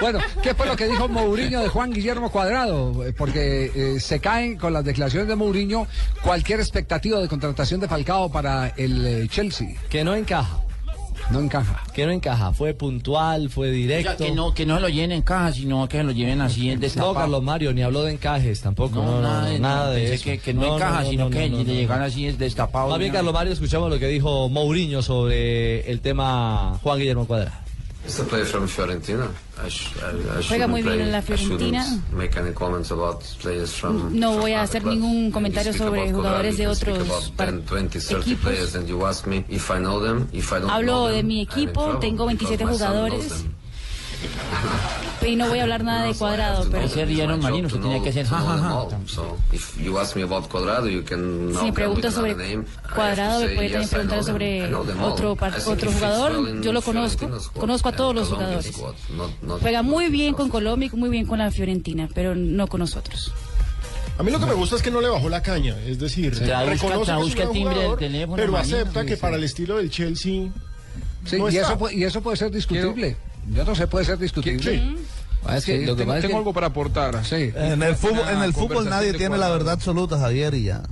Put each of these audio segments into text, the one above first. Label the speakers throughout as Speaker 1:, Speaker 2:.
Speaker 1: Bueno, ¿qué fue lo que dijo Mourinho de Juan Guillermo Cuadrado? Porque eh, se caen con las declaraciones de Mourinho cualquier expectativa de contratación de Falcao para el eh, Chelsea.
Speaker 2: Que no encaja.
Speaker 1: No encaja.
Speaker 2: Que no encaja. Fue puntual, fue directo.
Speaker 3: O sea, que no, que no se lo llenen en caja, sino que se lo lleven así en
Speaker 2: No, Carlos Mario, ni habló de encajes tampoco. No, no, nada, no, nada de
Speaker 3: pensé
Speaker 2: eso.
Speaker 3: Que, que no, encaja, sino que le llegan así destapados.
Speaker 2: Más bien, Carlos Mario, escuchamos lo que dijo Mourinho sobre el tema Juan Guillermo Cuadrado.
Speaker 4: He's a player from Fiorentina. I sh I, I
Speaker 5: Juega muy bien en la
Speaker 4: I shouldn't
Speaker 5: Fiorentina.
Speaker 4: make any comments about players from-
Speaker 5: No
Speaker 4: from
Speaker 5: voy a
Speaker 4: other
Speaker 5: hacer
Speaker 4: clubs.
Speaker 5: ningún
Speaker 4: You
Speaker 5: comentario
Speaker 4: speak
Speaker 5: sobre
Speaker 4: about Colorado,
Speaker 5: jugadores de
Speaker 4: you speak
Speaker 5: otros
Speaker 4: about
Speaker 5: par-
Speaker 4: 10, 20, 30
Speaker 5: equipos.
Speaker 4: players and you ask me if I know them, if I don't
Speaker 5: Hablo
Speaker 4: know
Speaker 5: de
Speaker 4: them,
Speaker 5: mi
Speaker 4: I'm in
Speaker 5: equipo,
Speaker 4: trouble
Speaker 5: tengo
Speaker 4: because my
Speaker 5: 27
Speaker 4: son knows
Speaker 5: jugadores.
Speaker 4: them.
Speaker 5: Y no voy a hablar nada de cuadrado, pero
Speaker 3: Ese día no, Marino, usted tenía que hacer
Speaker 4: To
Speaker 3: ja,
Speaker 4: know
Speaker 3: ja,
Speaker 4: them
Speaker 3: ja.
Speaker 4: all. So, if you ask me about Cuadrado, you can now
Speaker 5: si
Speaker 4: come
Speaker 5: me pregunta
Speaker 4: with
Speaker 5: sobre
Speaker 4: another name. I have to
Speaker 5: cuadrado, me
Speaker 4: say,
Speaker 5: puede también
Speaker 4: yes, I know
Speaker 5: preguntar
Speaker 4: them. I
Speaker 5: sobre
Speaker 4: know them all.
Speaker 5: otro, par-
Speaker 4: I think
Speaker 5: otro
Speaker 4: he fits well
Speaker 5: jugador.
Speaker 4: in
Speaker 5: Yo lo conozco,
Speaker 4: Fiorentina's squad
Speaker 5: conozco a
Speaker 4: and
Speaker 5: todos los
Speaker 4: Colombia's
Speaker 5: jugadores.
Speaker 4: squad. Not- not-
Speaker 5: Juega muy bien con Colombia y muy bien con la Fiorentina, pero no con nosotros.
Speaker 6: A mí lo que me gusta es que no le bajó la caña, es decir,
Speaker 3: Traduzca-
Speaker 6: reconoce que es un
Speaker 3: traduzca
Speaker 6: gran
Speaker 3: el timbre del
Speaker 6: jugador,
Speaker 3: teléfono,
Speaker 6: pero
Speaker 3: Marino,
Speaker 6: acepta
Speaker 3: sí,
Speaker 6: que
Speaker 3: sí.
Speaker 6: para el estilo del Chelsea
Speaker 1: Sí,
Speaker 6: no
Speaker 1: y,
Speaker 6: está.
Speaker 1: eso, pu- y eso puede ser discutible. Yo no sé, puede ser discutible.
Speaker 6: Sí.
Speaker 2: Pues
Speaker 1: Ah, es que lo que
Speaker 7: tengo,
Speaker 1: pasa es
Speaker 7: tengo
Speaker 1: que-
Speaker 7: algo para aportar.
Speaker 1: Sí.
Speaker 2: Eh,
Speaker 8: En el fútbol, en el fútbol
Speaker 7: Conversación
Speaker 8: nadie
Speaker 7: de
Speaker 8: tiene la
Speaker 7: cuadro.
Speaker 8: verdad absoluta, Javier, y ya.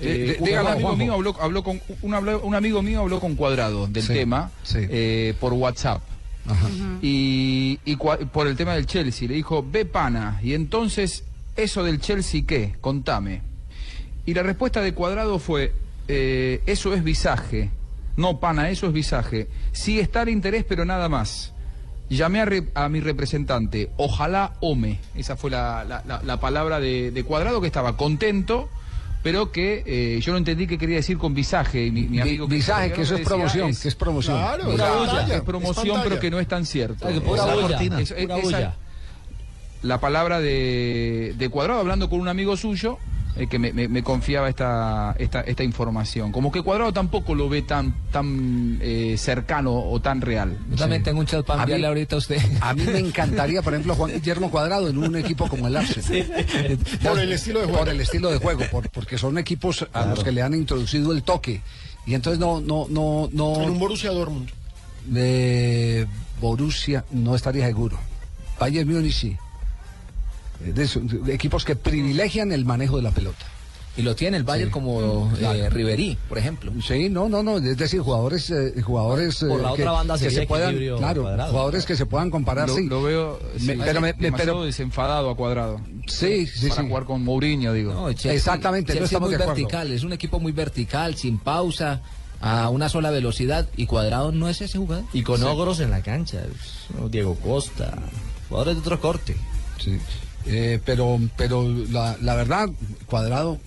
Speaker 7: Eh,
Speaker 1: Dí-
Speaker 7: un
Speaker 1: dígalo,
Speaker 7: amigo
Speaker 1: Juanjo.
Speaker 7: mío habló, habló con un, habla- un amigo mío habló con Cuadrado del
Speaker 1: Sí,
Speaker 7: tema
Speaker 1: sí.
Speaker 7: eh, por WhatsApp. Y, y cua- por el tema del Chelsea le dijo, "Ve pana, y entonces eso del Chelsea qué? Contame." Y la respuesta de Cuadrado fue, eh, "Eso es visaje." No, pana, eso es visaje. Sí está el interés, pero nada más. Llamé a, re- a mi representante, ojalá ome. Esa fue la, la- la- la palabra de, de Cuadrado, que estaba contento, pero que eh, yo no entendí qué quería decir con visaje. Y mi, mi
Speaker 1: Vi-
Speaker 7: amigo
Speaker 1: visaje, que eso es
Speaker 7: decía,
Speaker 1: promoción, que es promoción.
Speaker 6: Claro,
Speaker 7: pura
Speaker 6: es
Speaker 7: bulla,
Speaker 6: pantalla,
Speaker 7: es promoción,
Speaker 6: es pantalla.
Speaker 7: pero que no es tan cierto.
Speaker 2: Que pura
Speaker 8: Esa
Speaker 2: bulla,
Speaker 8: cortina.
Speaker 7: Es- es-
Speaker 2: pura
Speaker 7: esa-
Speaker 2: bulla.
Speaker 7: la palabra de, de Cuadrado hablando con un amigo suyo eh, que me, me- me confiaba esta, esta, esta información. Como que Cuadrado tampoco lo ve tan, tan eh, cercano o tan real.
Speaker 2: Yo también tengo un chat para
Speaker 1: A mí-
Speaker 2: enviarle ahorita a usted.
Speaker 1: A mí me encantaría, por ejemplo, Juan Guillermo Cuadrado en un equipo como el Arsenal.
Speaker 6: Por el estilo de juego.
Speaker 1: Por el estilo de juego, por- porque son equipos a los que le han introducido el toque. Y entonces no, no, no,
Speaker 6: en un
Speaker 1: no,
Speaker 6: Borussia Dortmund.
Speaker 1: de Borussia no estaría seguro. Bayern Múnich sí. Es de esos- de equipos que privilegian el manejo de la pelota.
Speaker 2: Y lo tiene el Bayern como eh, Ribery, por ejemplo.
Speaker 1: Sí, no, no, no, es decir, jugadores, eh, jugadores eh,
Speaker 2: Por la
Speaker 1: que,
Speaker 2: otra banda
Speaker 1: que
Speaker 2: sería
Speaker 1: se puedan,
Speaker 2: equilibrio
Speaker 1: claro,
Speaker 2: cuadrado.
Speaker 1: jugadores que se puedan comparar,
Speaker 7: Lo,
Speaker 1: sí.
Speaker 7: lo veo
Speaker 1: Me-
Speaker 7: sí,
Speaker 1: pero me- me-
Speaker 7: demasiado
Speaker 1: pero-
Speaker 7: desenfadado a Cuadrado.
Speaker 1: sí, sí,
Speaker 7: para
Speaker 1: sí.
Speaker 7: jugar con Mourinho, digo.
Speaker 2: No, Chelsea-
Speaker 1: Exactamente, no
Speaker 2: Chelsea
Speaker 1: estamos
Speaker 2: es muy
Speaker 1: de acuerdo.
Speaker 2: vertical, es un equipo muy vertical, sin pausa, a una sola velocidad y Cuadrado no es ese jugador. Y con ogros en la cancha, Diego Costa, jugadores de otro corte.
Speaker 1: Sí. Eh, pero pero la, la verdad, Cuadrado,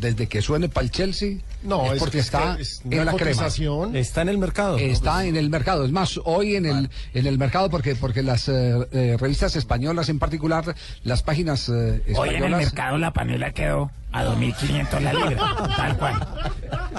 Speaker 1: desde que suene para el Chelsea,
Speaker 6: No,
Speaker 1: es porque
Speaker 6: que-
Speaker 1: está
Speaker 6: es
Speaker 1: en
Speaker 6: una
Speaker 1: la crema. Eh,
Speaker 6: cotización.
Speaker 8: Está en el mercado.
Speaker 1: Está en el mercado. Es más, hoy en el, en el mercado, porque, porque las eh, eh, revistas españolas en particular, las páginas eh,
Speaker 3: Hoy en el
Speaker 1: españolas,
Speaker 3: mercado la panela quedó a 2.500 la libra, tal cual.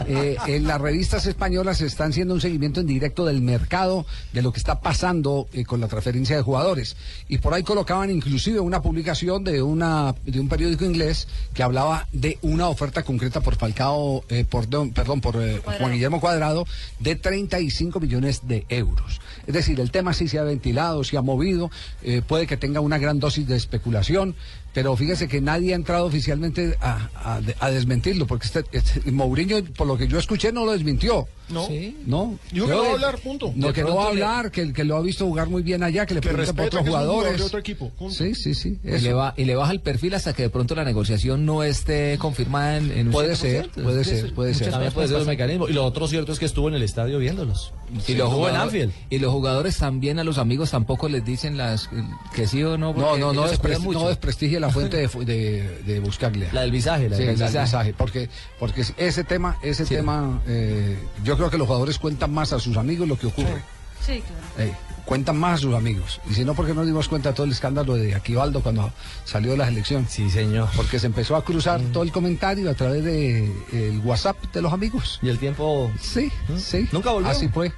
Speaker 1: eh, en las revistas españolas están haciendo un seguimiento en directo del mercado, de lo que está pasando eh, con la transferencia de jugadores. Y por ahí colocaban inclusive una publicación de, una, de un periódico inglés que hablaba de una oferta concreta por Falcao, eh, por, don- perdón, por eh, Juan Guillermo Cuadrado, de 35 millones de euros. Es decir, el tema sí se ha ventilado, se ha movido, eh, puede que tenga una gran dosis de especulación, pero fíjese que nadie ha entrado oficialmente a, a- a desmentirlo, porque este, este- Mourinho, por lo que yo escuché, no lo desmintió.
Speaker 6: No.
Speaker 2: Sí.
Speaker 1: ¿No?
Speaker 6: Dijo que
Speaker 1: Yo-
Speaker 6: no va a hablar, punto.
Speaker 1: No,
Speaker 2: De
Speaker 1: que no va a
Speaker 2: pronto le-
Speaker 1: hablar, que, que lo ha visto jugar muy bien allá, que le
Speaker 6: Que
Speaker 1: pregunta por
Speaker 6: respeta
Speaker 1: otros
Speaker 6: que es un jugador
Speaker 1: jugadores.
Speaker 6: de otro equipo, punto.
Speaker 1: Sí, sí, sí.
Speaker 2: Y
Speaker 1: eso.
Speaker 2: le, va, y le baja el perfil hasta que de pronto la negociación no esté confirmada en, en un
Speaker 1: Puede
Speaker 2: 100%.
Speaker 1: ser, puede ser, puede ser.
Speaker 2: Muchas
Speaker 1: También
Speaker 2: cosas
Speaker 1: puede ser un
Speaker 2: pasan. Y lo otro cierto es que estuvo en el estadio viéndolos. y, los
Speaker 8: estuvo en
Speaker 2: jugadores-
Speaker 8: Anfield.
Speaker 2: y los jugadores también, a los amigos tampoco les dicen las que sí o no.
Speaker 1: No,
Speaker 2: porque
Speaker 1: no, no,
Speaker 2: ellos se
Speaker 1: despre-
Speaker 2: cuidan mucho.
Speaker 1: no desprestigie la fuente de, fu- de, de Buscaglia.
Speaker 2: La del visaje, la
Speaker 1: Sí,
Speaker 2: del
Speaker 1: la del
Speaker 2: visaje.
Speaker 1: visaje, Porque, porque ese tema, ese
Speaker 2: Sí.
Speaker 1: tema eh, yo creo que los jugadores cuentan más a sus amigos lo que ocurre.
Speaker 5: Sí, claro.
Speaker 1: Eh, cuentan más a sus amigos. Y si no, porque no nos dimos cuenta de todo el escándalo de Aquivaldo cuando salió de la selección.
Speaker 2: Sí, Mm. señor.
Speaker 1: Porque se empezó a cruzar todo el comentario a través del WhatsApp de los amigos.
Speaker 2: Y el tiempo
Speaker 1: Sí, sí.
Speaker 2: ¿Mm? Nunca volvió.
Speaker 1: Así fue,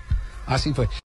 Speaker 1: así fue.